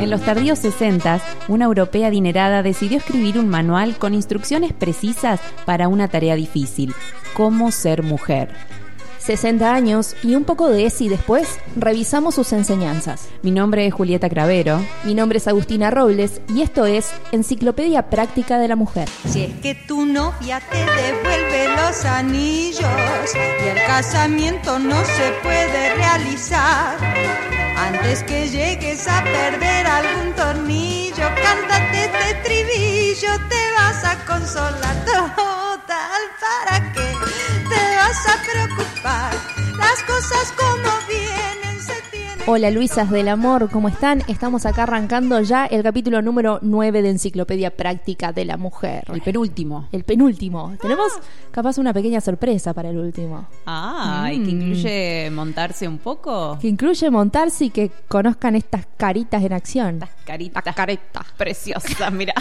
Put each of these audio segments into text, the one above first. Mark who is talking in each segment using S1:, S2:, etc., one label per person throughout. S1: En los tardíos 60, una europea adinerada decidió escribir un manual con instrucciones precisas para una tarea difícil, cómo ser mujer.
S2: 60 años y un poco de ESI después, revisamos sus enseñanzas.
S1: Mi nombre es Julieta Cravero.
S2: Mi nombre es Agustina Robles y esto es Enciclopedia Práctica de la Mujer.
S3: Si es que tu novia te devuelve los anillos y el casamiento no se puede realizar, antes que llegues a perder algún tornillo, cántate este estribillo, te vas a consolar total para que te vas a preocupar. Las cosas como vienen se tienen.
S2: Hola Luisas del Amor, ¿cómo están? Estamos acá arrancando ya el capítulo número 9 de Enciclopedia Práctica de la Mujer.
S1: El penúltimo.
S2: El penúltimo. Tenemos capaz una pequeña sorpresa para el último.
S4: Ah,
S1: Mm.
S4: y que incluye montarse un poco.
S2: Que incluye montarse y que conozcan estas caritas en acción.
S4: Caritas.
S1: Ah,
S4: caretas. Preciosa, mira.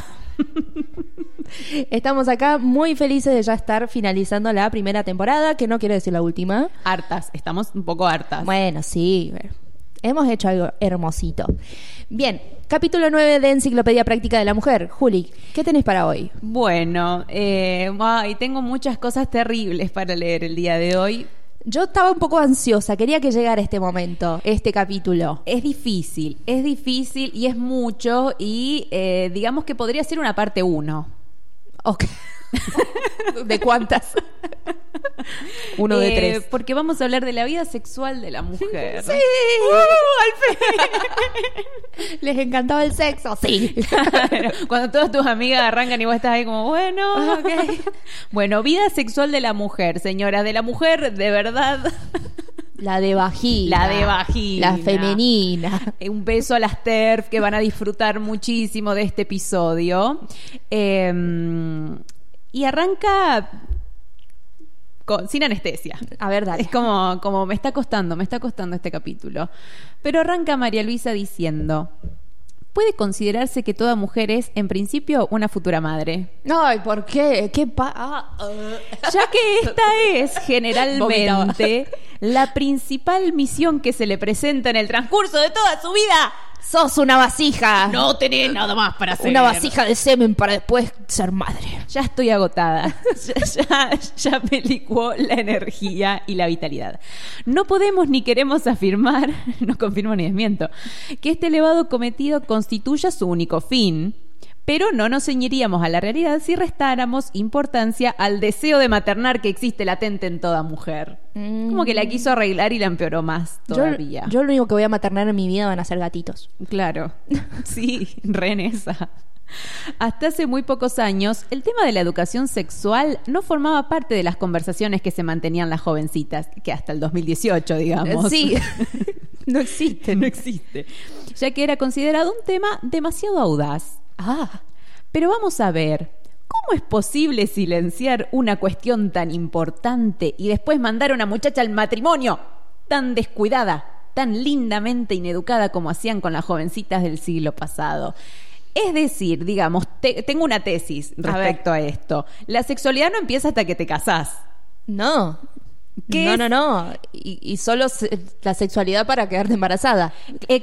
S2: Estamos acá muy felices de ya estar finalizando la primera temporada, que no quiere decir la última.
S4: Hartas, estamos un poco hartas.
S2: Bueno, sí. bueno. Hemos hecho algo hermosito. Bien, capítulo 9 de Enciclopedia Práctica de la Mujer. Juli, ¿qué tenés para hoy?
S4: Bueno, eh, ay, tengo muchas cosas terribles para leer el día de hoy.
S2: Yo estaba un poco ansiosa, quería que llegara este momento, este capítulo.
S4: Es difícil, es difícil y es mucho y eh, digamos que podría ser una parte 1.
S2: Ok. ¿De cuántas? Uno de tres.
S4: Eh, Porque vamos a hablar de la vida sexual de la mujer.
S2: Sí.
S4: Uh,
S2: Les encantaba el sexo, sí.
S4: Claro, Cuando todas tus amigas arrancan y vos estás ahí como, bueno,
S2: Ah,
S4: ok. Bueno, vida sexual de la mujer, señora, de la mujer de verdad.
S2: La de vagina.
S4: La de vagina.
S2: La femenina.
S4: Eh, Un beso a las TERF que van a disfrutar muchísimo de este episodio. Eh, y arranca con- sin anestesia.
S2: A ver, Ah, dale.
S4: Es como, como me está costando, me está costando este capítulo. Pero arranca María Luisa diciendo, puede considerarse que toda mujer es, en principio, una futura madre.
S2: Ay, ¿por qué? ¿Qué pa- ah, ah.
S4: Ya que esta es generalmente la principal misión que se le presenta en el transcurso de toda su vida.
S2: Sos una vasija.
S4: No tenés nada más para hacer.
S2: Una vasija de semen para después ser madre.
S4: Ya estoy agotada. Ya, ya, ya me licuó la energía y la vitalidad. No podemos ni queremos afirmar, no confirmo ni desmiento, que este elevado cometido constituya su único fin. Pero no nos ceñiríamos a la realidad si restáramos importancia al deseo de maternar que existe latente en toda mujer. Como que la quiso arreglar y la empeoró más todavía.
S2: Mm. Yo, yo lo único que voy a maternar en mi vida van a ser gatitos.
S4: Claro, sí, re en esa. Hasta hace muy pocos años, el tema de la educación sexual no formaba parte de las conversaciones que se mantenían las jovencitas, que hasta el 2018, digamos.
S2: Sí.
S4: no existe, no existe. Ya que era considerado un tema demasiado audaz. Ah, pero vamos a ver, ¿cómo es posible silenciar una cuestión tan importante y después mandar a una muchacha al matrimonio tan descuidada, tan lindamente ineducada como hacían con las jovencitas del siglo pasado? Es decir, digamos, te- tengo una tesis
S2: A ver.
S4: respecto a, esto. La sexualidad no empieza hasta que te casás.
S2: No.
S4: ¿Qué
S2: no,
S4: es?
S2: no, no. Y, y solo se- la sexualidad para quedarte embarazada.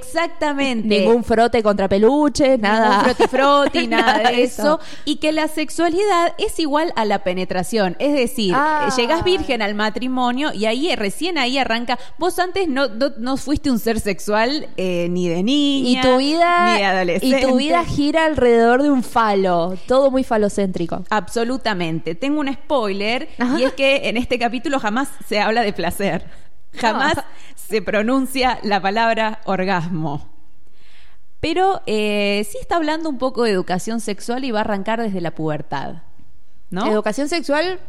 S4: Exactamente.
S2: Ningún frote contra peluche, nada.
S4: nada frotifroti, nada,
S2: Nada
S4: de
S2: de
S4: eso.
S2: eso.
S4: Y que la sexualidad es igual a la penetración. Es decir,
S2: Ah.
S4: llegas virgen al matrimonio y ahí recién ahí arranca. Vos antes no, no, no fuiste un ser sexual eh, ni de niña,
S2: Y tu vida
S4: ni de adolescente.
S2: y tu vida gira alrededor de un falo, todo muy falocéntrico.
S4: Absolutamente. Tengo un spoiler
S2: Ajá.
S4: y es que en este capítulo jamás se habla de placer. Jamás
S2: Ah.
S4: se pronuncia la palabra orgasmo. Pero eh, sí está hablando un poco de educación sexual y va a arrancar desde la pubertad. ¿No?
S2: Educación sexual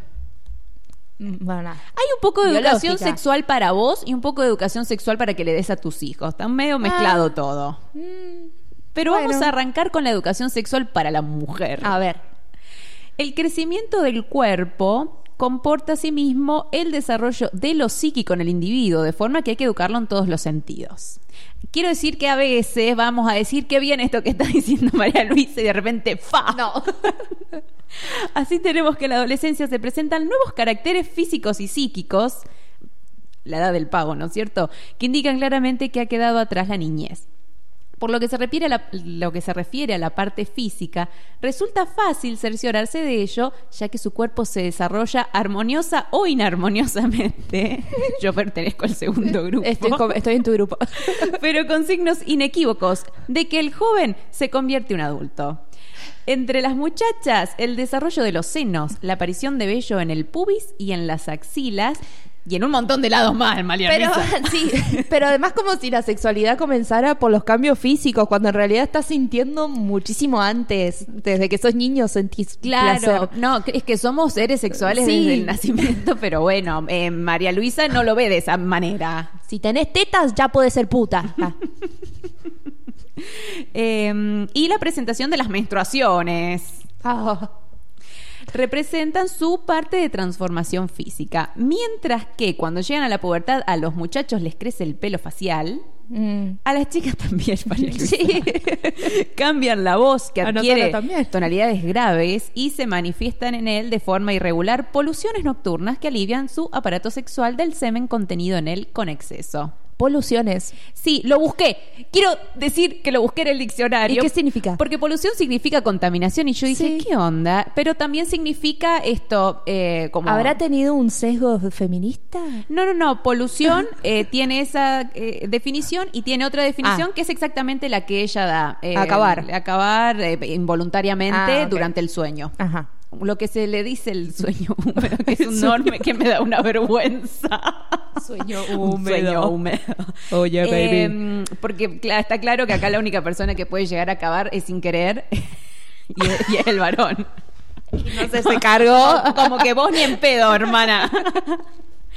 S2: mm, bueno, nada.
S4: Hay un poco de
S2: Biológica.
S4: educación sexual para vos y un poco de educación sexual para que le des a tus hijos. Está medio mezclado todo. Pero vamos
S2: Ah. Mm. bueno.
S4: a arrancar con la educación sexual para la mujer.
S2: A ver.
S4: El crecimiento del cuerpo comporta asimismo el desarrollo de lo psíquico en el individuo, de forma que hay que educarlo en todos los sentidos. Quiero decir que a veces vamos a decir qué bien esto que está diciendo María Luisa y de repente ¡fa!
S2: No.
S4: Así tenemos que en la adolescencia se presentan nuevos caracteres físicos y psíquicos la edad del pago, ¿no es cierto?, que indican claramente que ha quedado atrás la niñez. Por lo que, se refiere a la, lo que se refiere a la parte física, resulta fácil cerciorarse de ello, ya que su cuerpo se desarrolla armoniosa o inarmoniosamente. Yo pertenezco al segundo grupo.
S2: Estoy, con- estoy en tu grupo.
S4: pero con signos inequívocos de que el joven se convierte en un adulto. Entre las muchachas, el desarrollo de los senos, la aparición de vello en el pubis y en las axilas, y en un montón de lados más, María
S2: Pero,
S4: Luisa.
S2: sí, pero además como si la sexualidad comenzara por los cambios físicos, cuando en realidad estás sintiendo muchísimo antes. Desde que sos niño sentís
S4: Claro,
S2: placer.
S4: no, es que somos seres sexuales
S2: Sí.
S4: desde el nacimiento, pero bueno, eh, María Luisa no lo ve de esa manera.
S2: Si tenés tetas, ya podés ser puta. Ah.
S4: Eh, y la presentación de las menstruaciones.
S2: Ah.
S4: representan su parte de transformación física. Mientras que cuando llegan a la pubertad a los muchachos les crece el pelo facial,
S2: Mm.
S4: a las chicas también, María Luisa.
S2: Sí.
S4: Cambian la voz que
S2: A nosotros
S4: adquiere
S2: también.
S4: tonalidades graves y se manifiestan en él de forma irregular poluciones nocturnas que alivian su aparato sexual del semen contenido en él con exceso.
S2: Poluciones.
S4: Sí, lo busqué. Quiero decir que lo busqué en el diccionario.
S2: ¿Y qué significa?
S4: Porque polución significa contaminación y yo dije,
S2: Sí.
S4: ¿qué onda? Pero también significa esto eh, como...
S2: ¿Habrá tenido un sesgo feminista?
S4: No, no, no. Polución eh, tiene esa eh, definición y tiene otra definición
S2: Ah.
S4: que es exactamente la que ella da. eh,
S2: Acabar.
S4: Acabar eh, involuntariamente
S2: Ah, ok.
S4: durante el sueño.
S2: Ajá.
S4: Lo que se le dice el sueño húmedo, que es un enorme que me da una vergüenza.
S2: Sueño
S4: Un sueño húmedo.
S2: Oye, baby.
S4: Em, porque cla- está claro que acá la única persona que puede llegar a acabar es sin querer y es, y es el varón.
S2: No sé, se cargó.
S4: Como que vos ni en pedo, hermana.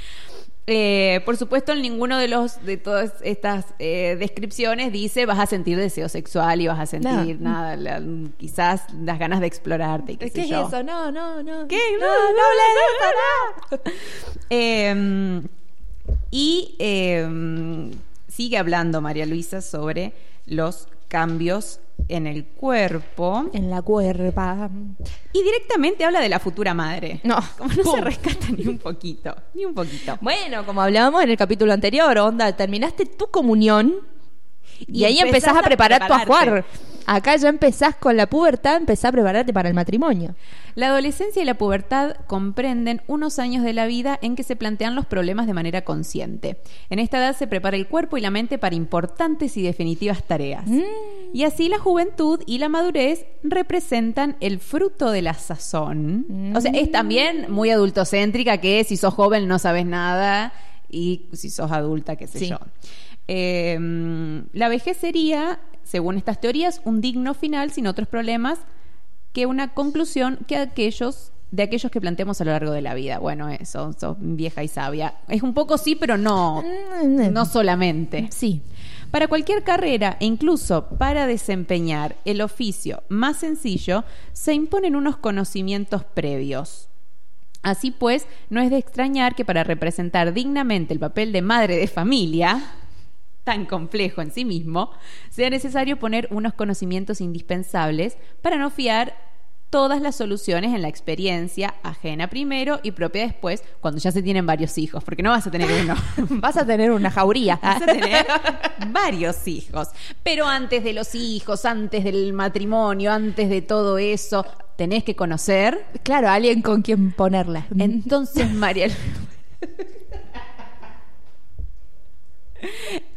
S4: Eh, por supuesto, en ninguno de los de todas estas eh, descripciones dice vas a sentir deseo sexual y vas a sentir
S2: No.
S4: nada, la- quizás las ganas de explorarte. y qué sé
S2: ¿Qué es
S4: yo.
S2: eso? No, no, no.
S4: ¿Qué? No, no, no, no, no. Eh, y eh, sigue hablando María Luisa sobre los cambios en el cuerpo
S2: En la cuerpa.
S4: y directamente habla de la futura madre.
S2: No.
S4: Como no
S2: Pum.
S4: se rescata ni un poquito, ni un poquito.
S2: Bueno, como hablábamos en el capítulo anterior, onda, terminaste tu comunión y,
S4: Y
S2: ahí empezás
S4: empezás
S2: a
S4: a
S2: preparar tu ajuar.
S4: prepararte.
S2: Acá ya empezás con la pubertad, empezás a prepararte para el matrimonio.
S4: La adolescencia y la pubertad comprenden unos años de la vida en que se plantean los problemas de manera consciente. En esta edad se prepara el cuerpo y la mente para importantes y definitivas tareas. Y así la juventud y la madurez representan el fruto de la sazón. O sea, es también muy adultocéntrica que si sos joven no sabes nada y si sos adulta, qué sé
S2: Sí.
S4: yo. Eh, la vejez sería, según estas teorías, un digno final sin otros problemas que una conclusión que aquellos de aquellos que planteamos a lo largo de la vida. Bueno, eso, sos vieja y sabia. Es un poco sí, pero no,
S2: Mm.
S4: no solamente.
S2: Sí.
S4: Para cualquier carrera e incluso para desempeñar el oficio más sencillo, se imponen unos conocimientos previos. Así pues, no es de extrañar que para representar dignamente el papel de madre de familia, tan complejo en sí mismo, sea necesario poner unos conocimientos indispensables para no fiar todas las soluciones en la experiencia ajena primero y propia después, cuando ya se tienen varios hijos, porque no vas a tener uno.
S2: Vas a tener una jauría.
S4: Vas a tener varios hijos. Pero antes de los hijos, antes del matrimonio, antes de todo eso, tenés que conocer.
S2: Claro, alguien con quien ponerla.
S4: Mm. Entonces, María. Lu-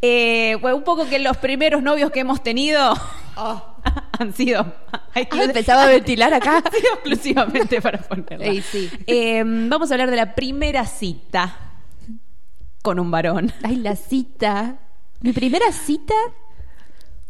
S4: Eh, bueno, un poco que los primeros novios que hemos tenido han sido. Oh. Ay,
S2: Ah, empezaba a ventilar acá.
S4: ha sido exclusivamente para ponerla.
S2: Ey, sí.
S4: Eh, vamos a hablar de la primera cita con un varón.
S2: Ay, la cita. Mi primera cita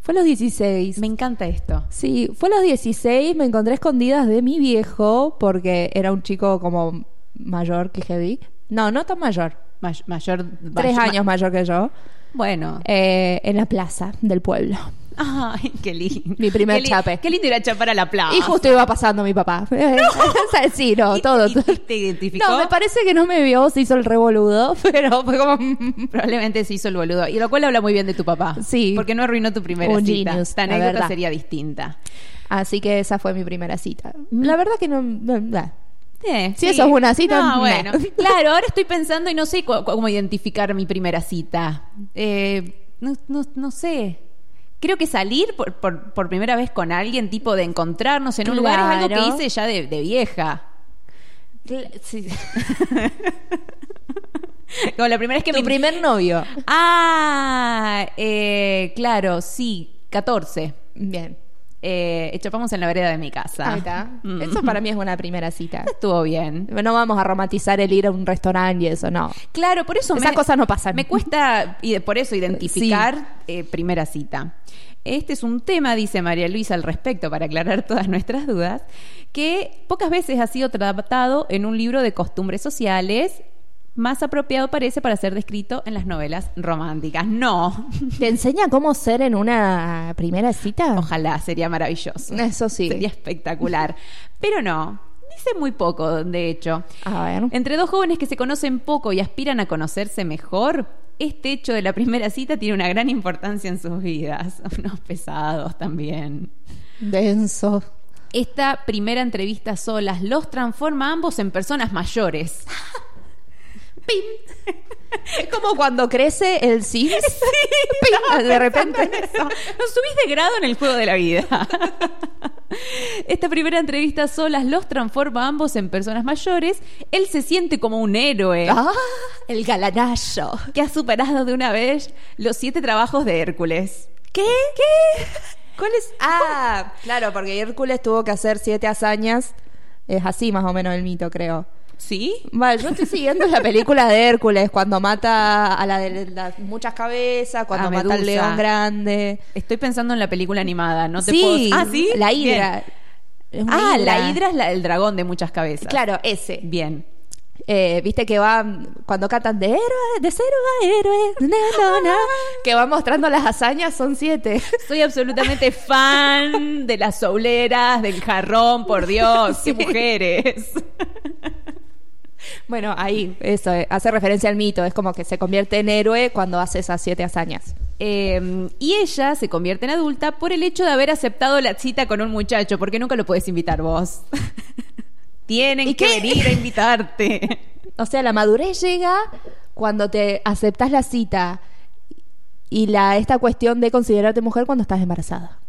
S2: fue a los 16.
S4: Me encanta esto.
S2: Sí, fue a los 16, me encontré escondidas de mi viejo, porque era un chico como mayor que Heavy. No, no tan mayor.
S4: May- mayor.
S2: Tres
S4: may-
S2: años mayor que yo.
S4: Bueno.
S2: eh, en la plaza del pueblo.
S4: Ay, qué lindo.
S2: Mi primer
S4: Qué li-
S2: chape.
S4: Qué lindo ir a chapar a la plaza.
S2: Y justo iba pasando mi papá. Eh, sí, no,
S4: Ah, ¿Y-
S2: todo.
S4: y- y te identificó?
S2: No, me parece que no me vio, se hizo el revoludo, pero fue como... mm,
S4: Probablemente se hizo el boludo. Y lo cual habla muy bien de tu papá.
S2: Sí.
S4: Porque no arruinó tu primera
S2: Un
S4: cita.
S2: genius,
S4: La
S2: la
S4: anécdota
S2: verdad.
S4: sería distinta. Mm.
S2: Así que esa fue mi primera cita. La verdad que no... no, no.
S4: Eh,
S2: Si eso es una cita,
S4: No,
S2: nah.
S4: bueno. Claro, ahora estoy pensando y no sé cu- cómo identificar mi primera cita. Eh, no, no, no sé. Creo que salir por, por- por primera vez con alguien, tipo de encontrarnos en un lugar, es algo
S5: Claro.
S4: que hice ya de, de vieja. Como la primera vez que
S2: Tu
S4: me-
S2: primer novio.
S4: Ah, eh, claro, sí, 14.
S2: Bien.
S4: Eh, chapamos en la vereda de mi casa.
S2: Ahí está.
S4: Mm.
S2: Eso para mí es una primera cita.
S4: estuvo bien.
S2: No vamos a romantizar el ir a un restaurante y eso, no.
S4: Claro, por eso
S2: Esas
S4: me,
S2: cosas no pasan.
S4: me cuesta y de- por eso identificar eh, primera cita. Este es un tema, dice María Luisa al respecto, para aclarar todas nuestras dudas, que pocas veces ha sido tratado en un libro de costumbres sociales. Más apropiado parece para ser descrito en las novelas románticas. No,
S2: ¿Te enseña cómo ser en una primera cita?
S4: ojalá, sería maravilloso.
S2: Eso sí.
S4: Sería espectacular. Pero no, dice muy poco, de hecho.
S2: A ver.
S4: Entre dos jóvenes que se conocen poco y aspiran a conocerse mejor, este hecho de la primera cita tiene una gran importancia en sus vidas. Unos pesados también.
S2: Denso.
S4: Esta primera entrevista a solas los transforma a ambos en personas mayores.
S2: Es como cuando crece el Sims. Pim, de repente.
S4: Nos subís de grado en el juego de la vida. Esta primera entrevista a solas los transforma a ambos en personas mayores. Él se siente como un héroe.
S2: Ah, el galanazo.
S4: que ha superado de una vez los siete trabajos de Hércules. ¿Qué? ¿Qué? ¿Cuál es?
S2: Ah, claro, porque Hércules tuvo que hacer siete hazañas. Es así más o menos el mito, creo.
S4: ¿Sí?
S2: Vale, yo estoy siguiendo la película de Hércules, cuando mata a la de las muchas cabezas, cuando
S4: A
S2: mata al
S4: Ah, Medusa.
S2: león grande.
S4: Estoy pensando en la película animada, no te
S2: sí,
S4: puedo... Ah, ¿sí?
S2: La
S4: Bien.
S2: hidra. Es una
S4: Ah, la hidra es la- el dragón de muchas cabezas.
S2: Claro, ese.
S4: Bien.
S2: Eh, Viste que va cuando cantan de héroe, de cero a héroe, na, na, na, que va mostrando las hazañas, son siete.
S4: Soy absolutamente fan de las souleras, del jarrón, por Dios, qué mujeres.
S2: Bueno, ahí, eso, eh, hace referencia al mito, es como que se convierte en héroe cuando hace esas siete hazañas.
S4: Eh, y ella se convierte en adulta por el hecho de haber aceptado la cita con un muchacho, porque nunca lo puedes invitar vos. Tienen
S2: ¿Y
S4: que
S2: qué?
S4: venir a invitarte.
S2: O sea, la madurez llega cuando te aceptas la cita y la esta cuestión de considerarte mujer cuando estás embarazada.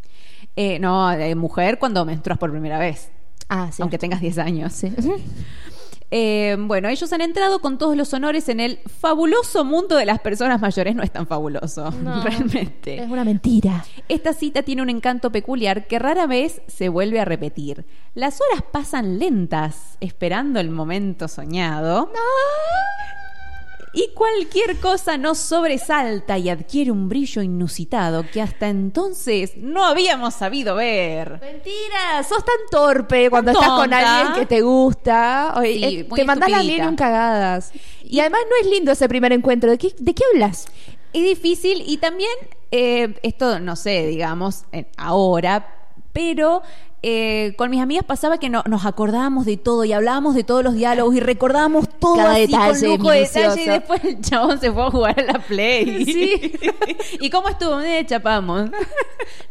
S4: Eh, no, de mujer cuando menstruas por primera vez,
S2: Ah, sí.
S4: aunque tengas 10 años.
S2: Sí.
S4: Eh, bueno, ellos han entrado con todos los honores en el fabuloso mundo de las personas mayores. No es tan fabuloso, realmente.
S2: Es una mentira.
S4: Esta cita tiene un encanto peculiar que rara vez se vuelve a repetir. Las horas pasan lentas, esperando el momento soñado. Y cualquier cosa nos sobresalta y adquiere un brillo inusitado que hasta entonces no habíamos sabido ver.
S2: Mentira, sos tan torpe cuando
S4: Tan
S2: estás con
S4: tonta.
S2: alguien que te gusta. Oye,
S4: Sí,
S2: eh,
S4: muy
S2: te mandás las
S4: estupidita.
S2: bien cagadas. Y además no es lindo ese primer encuentro. ¿De qué, de qué hablas?
S4: Es difícil y también, eh, esto no sé, digamos, en- ahora, pero eh, con mis amigas pasaba que no- nos acordábamos de todo y hablábamos de todos los diálogos y recordábamos todo
S2: Cada
S4: así
S2: detalle
S4: con lujo de detalle y
S2: minucioso.
S4: después el chabón se fue a jugar a la play.
S2: Sí.
S4: ¿Y cómo estuvo? Eh, chapamos.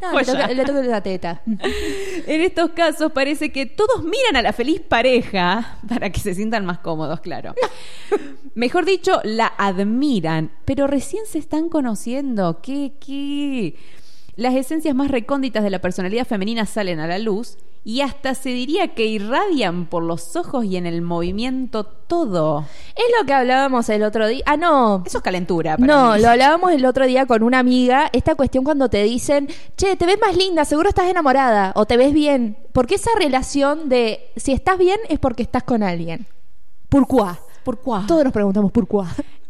S2: No, le
S4: Joya.
S2: toco, le toco la teta.
S4: En estos casos parece que todos miran a la feliz pareja para que se sientan más cómodos, claro. Mejor dicho, la admiran, pero recién se están conociendo. ¿Qué, qué? Las esencias más recónditas de la personalidad femenina salen a la luz y hasta se diría que irradian por los ojos y en el movimiento todo.
S2: Es lo que hablábamos el otro día. Ah, no.
S4: Eso es calentura. para
S2: No,
S4: mí.
S2: lo hablábamos el otro día con una amiga, esta cuestión cuando te dicen, che, te ves más linda, seguro estás enamorada o te ves bien. Porque esa relación de si estás bien es porque estás con alguien. ¿Por cuá?
S4: ¿Por cuá?
S2: Todos nos preguntamos por cuá.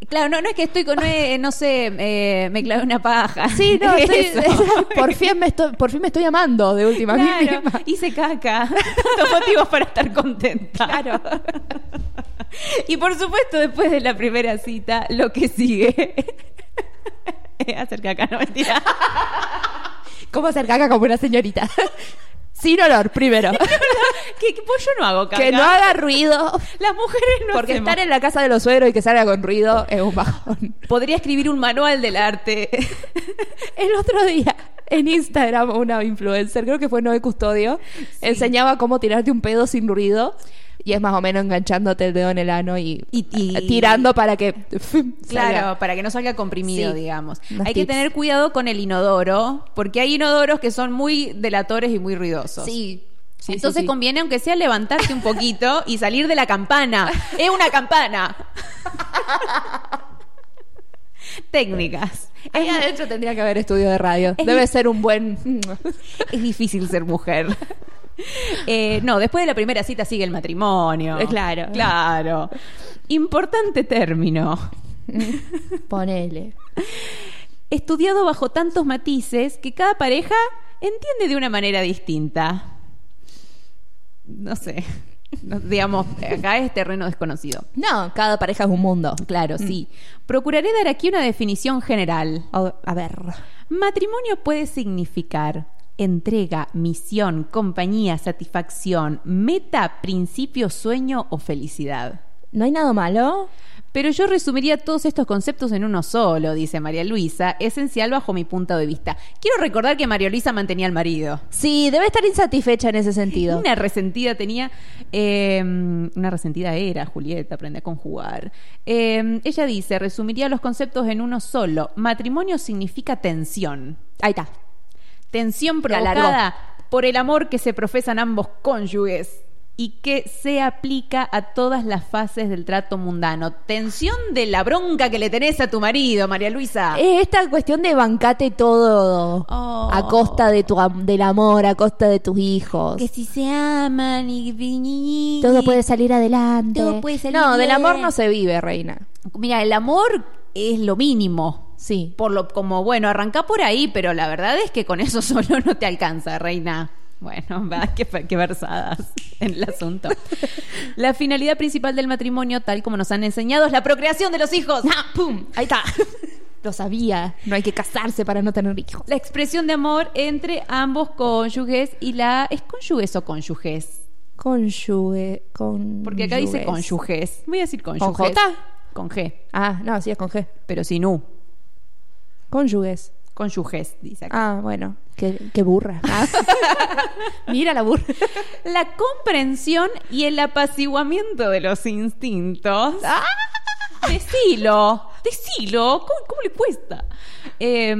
S4: Claro, no, no es que estoy con, no, es- no sé, eh, me clavé una paja.
S2: Sí, no,
S4: Es
S2: estoy-
S4: eso.
S2: por, fin me estoy, por fin me estoy amando de última. a mí
S4: Claro,
S2: misma.
S4: hice caca. Tantos motivos para estar contenta. Claro. Y por supuesto, después de la primera cita, lo que sigue es hacer caca, no mentira.
S2: ¿Cómo hacer caca como una señorita? Sin olor, primero.
S4: Que, que pues yo no hago caca.
S2: que no haga ruido.
S4: Las mujeres no
S2: Porque
S4: hacemos.
S2: estar en la casa de los suegros y que salga con ruido es un bajón.
S4: Podría escribir un manual del arte.
S2: El otro día en Instagram una influencer, creo que fue Noé Custodio, enseñaba cómo tirarte un pedo sin ruido. Y es más o menos enganchándote el dedo en el ano y, eh,
S4: Y- y-
S2: tirando para que.
S4: Claro,
S2: salga.
S4: para que no salga comprimido,
S2: Sí.
S4: digamos.
S2: Unos
S4: hay que
S2: tips.
S4: tener cuidado con el inodoro, porque hay inodoros que son muy delatores y muy ruidosos.
S2: Sí. Sí,
S4: Entonces
S2: sí, sí.
S4: conviene, aunque sea, levantarte un poquito y salir de la campana. ¡Es una campana! Técnicas.
S2: Ahí
S4: Es,
S2: adentro tendría que haber estudio de radio.
S4: Es-
S2: Debe ser un buen.
S4: es difícil ser mujer. Eh, no, después de la primera cita sigue el matrimonio.
S2: Eh, claro.
S4: Claro. Importante término.
S2: Ponele.
S4: estudiado bajo tantos matices que cada pareja entiende de una manera distinta. No sé, No- digamos, acá es terreno desconocido.
S2: No, cada pareja es un mundo.
S4: Claro, sí.
S2: Mm.
S4: Procuraré dar aquí una definición general.
S2: A a ver.
S4: Matrimonio puede significar entrega, misión, compañía, satisfacción, meta, principio, sueño o felicidad.
S2: ¿No hay nada malo?
S4: Pero yo resumiría todos estos conceptos en uno solo, dice María Luisa, esencial bajo mi punto de vista. Quiero recordar que María Luisa mantenía al marido.
S2: Sí, debe estar insatisfecha en ese sentido.
S4: Una resentida tenía, eh, una resentida era Julieta, aprende a conjugar. Eh, ella dice, resumiría los conceptos en uno solo. Matrimonio significa tensión.
S2: Ahí está.
S4: Tensión
S2: La alargó.
S4: provocada por el amor que se profesan ambos cónyuges y que se aplica a todas las fases del trato mundano. Tensión de la bronca que le tenés a tu marido, María Luisa.
S2: Es esta cuestión de bancate todo
S4: Oh.
S2: a costa de tu am- del amor, a costa de tus hijos.
S4: si se aman y...
S2: Todo puede salir adelante.
S4: Todo puede salir
S2: no, del
S4: bien.
S2: amor no se vive, reina.
S4: Mira, el amor es lo mínimo.
S2: Sí.
S4: Por lo, como bueno, arrancá por ahí, pero la verdad es que con eso solo no te alcanza, reina. Bueno, va, qué, qué versadas en el asunto. La finalidad principal del matrimonio, tal como nos han enseñado, es la procreación de los hijos.
S2: Ah, ¡Pum! Ahí está. Lo sabía. No hay que casarse para no tener hijos.
S4: La expresión de amor entre ambos cónyuges y la. ¿Es cónyuges o cónyuges?
S2: Cónyuge. Con
S4: Porque acá dice cónyuges. Voy a decir cónyuges.
S2: J?
S4: Con G,
S2: Ah, no, sí es con G.
S4: pero sin U.
S2: Cónyuges.
S4: Cónyuges, dice acá.
S2: Ah, bueno. Qué, qué burra. Ah. Mira la burra.
S4: La comprensión y el apaciguamiento de los instintos. Decilo, decilo, ¿cómo, cómo le cuesta? Eh,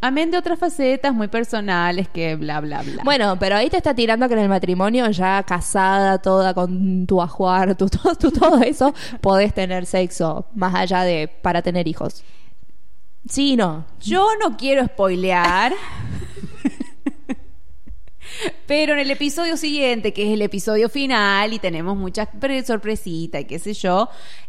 S4: amén de otras facetas muy personales que bla, bla, bla.
S2: Bueno, pero ahí te está tirando que en el matrimonio, ya casada toda con tu ajuar, tu, todo- tu todo eso, podés tener sexo más allá de para tener hijos. Sí, no.
S4: yo no quiero spoilear. Pero en el episodio siguiente, que es el episodio final, y tenemos muchas pre- sorpresitas y qué sé yo,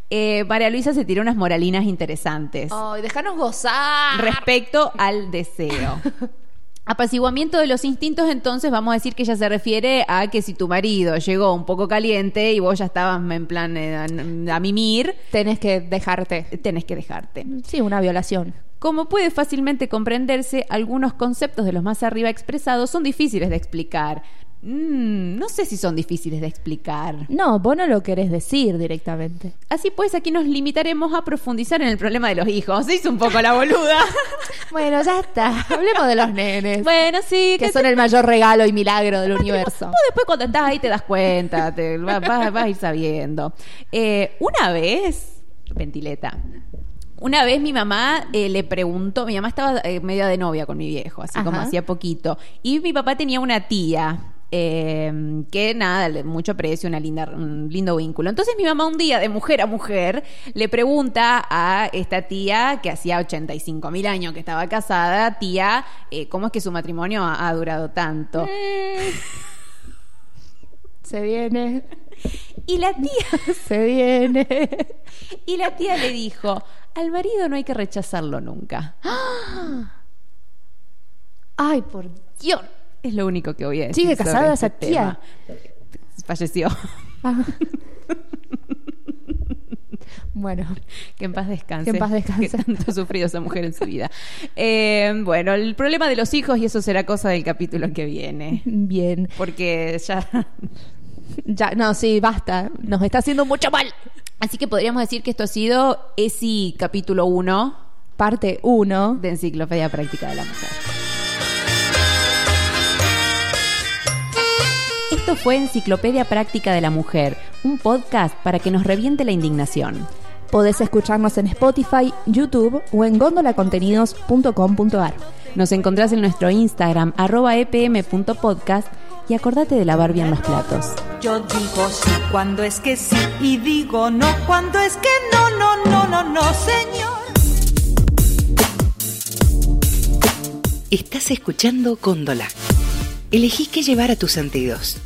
S4: eh, María Luisa se tira unas moralinas interesantes.
S2: Ay, dejanos gozar.
S4: respecto al deseo. Apaciguamiento de los instintos, entonces vamos a decir que ella se refiere a que si tu marido llegó un poco caliente y vos ya estabas en plan eh, a, a mimir,
S2: Tenés que dejarte.
S4: tenés que dejarte.
S2: Sí, una violación.
S4: Como puede fácilmente comprenderse, algunos conceptos de los más arriba expresados son difíciles de explicar. Mm, no sé si son difíciles de explicar.
S2: No, vos no lo querés decir directamente.
S4: Así pues, aquí nos limitaremos a profundizar en el problema de los hijos. Se hizo un poco la boluda.
S2: Bueno, ya está. Hablemos de los nenes.
S4: bueno, sí,
S2: que
S4: que
S2: son el mayor regalo y milagro del universo.
S4: Vos después cuando estás ahí te das cuenta, te va- vas, vas a ir sabiendo. Eh, una vez, ventileta, una vez mi mamá eh, le preguntó, mi mamá estaba eh, medio de novia con mi viejo, así como
S2: Ajá.
S4: hacía poquito, y mi papá tenía una tía. eh, que nada, le- mucho precio, una linda, un lindo vínculo. Entonces mi mamá un día, de mujer a mujer, le pregunta a esta tía, que hacía 85 mil años que estaba casada, tía, eh, ¿cómo es que su matrimonio ha, ha durado tanto?
S2: Se viene,
S4: Y la tía
S2: se viene.
S4: Y la tía le dijo, al marido no hay que rechazarlo nunca.
S2: Ay, por Dios.
S4: Este Es lo único que voy a decir.
S2: ¿Sigue
S4: sobre
S2: casada
S4: este
S2: esa tía?
S4: tema. Falleció.
S2: Ah. Bueno,
S4: Que en paz descanse.
S2: Que en paz descanse.
S4: Que tanto ha sufrido esa mujer en su vida. Eh, bueno, el problema de los hijos, y eso será cosa del capítulo que viene.
S2: bien.
S4: Porque ya.
S2: Ya, no, sí, basta. Nos está haciendo mucho mal.
S4: Así que podríamos decir que esto ha sido ESI capítulo 1
S2: Parte 1.
S4: de Enciclopedia Práctica de la Mujer. Esto fue Enciclopedia Práctica de la Mujer, un podcast para que nos reviente la indignación.
S2: Podés escucharnos en Spotify, YouTube o en gondolacontenidos.com.ar.
S4: Nos encontrás en nuestro Instagram, arroba e epm.podcast, y acordate de lavar bien los platos.
S3: Yo digo sí cuando es que sí y digo no cuando es que no, no, no, no, no, señor.
S6: Estás escuchando Cóndola. Elegí qué llevar a tus sentidos.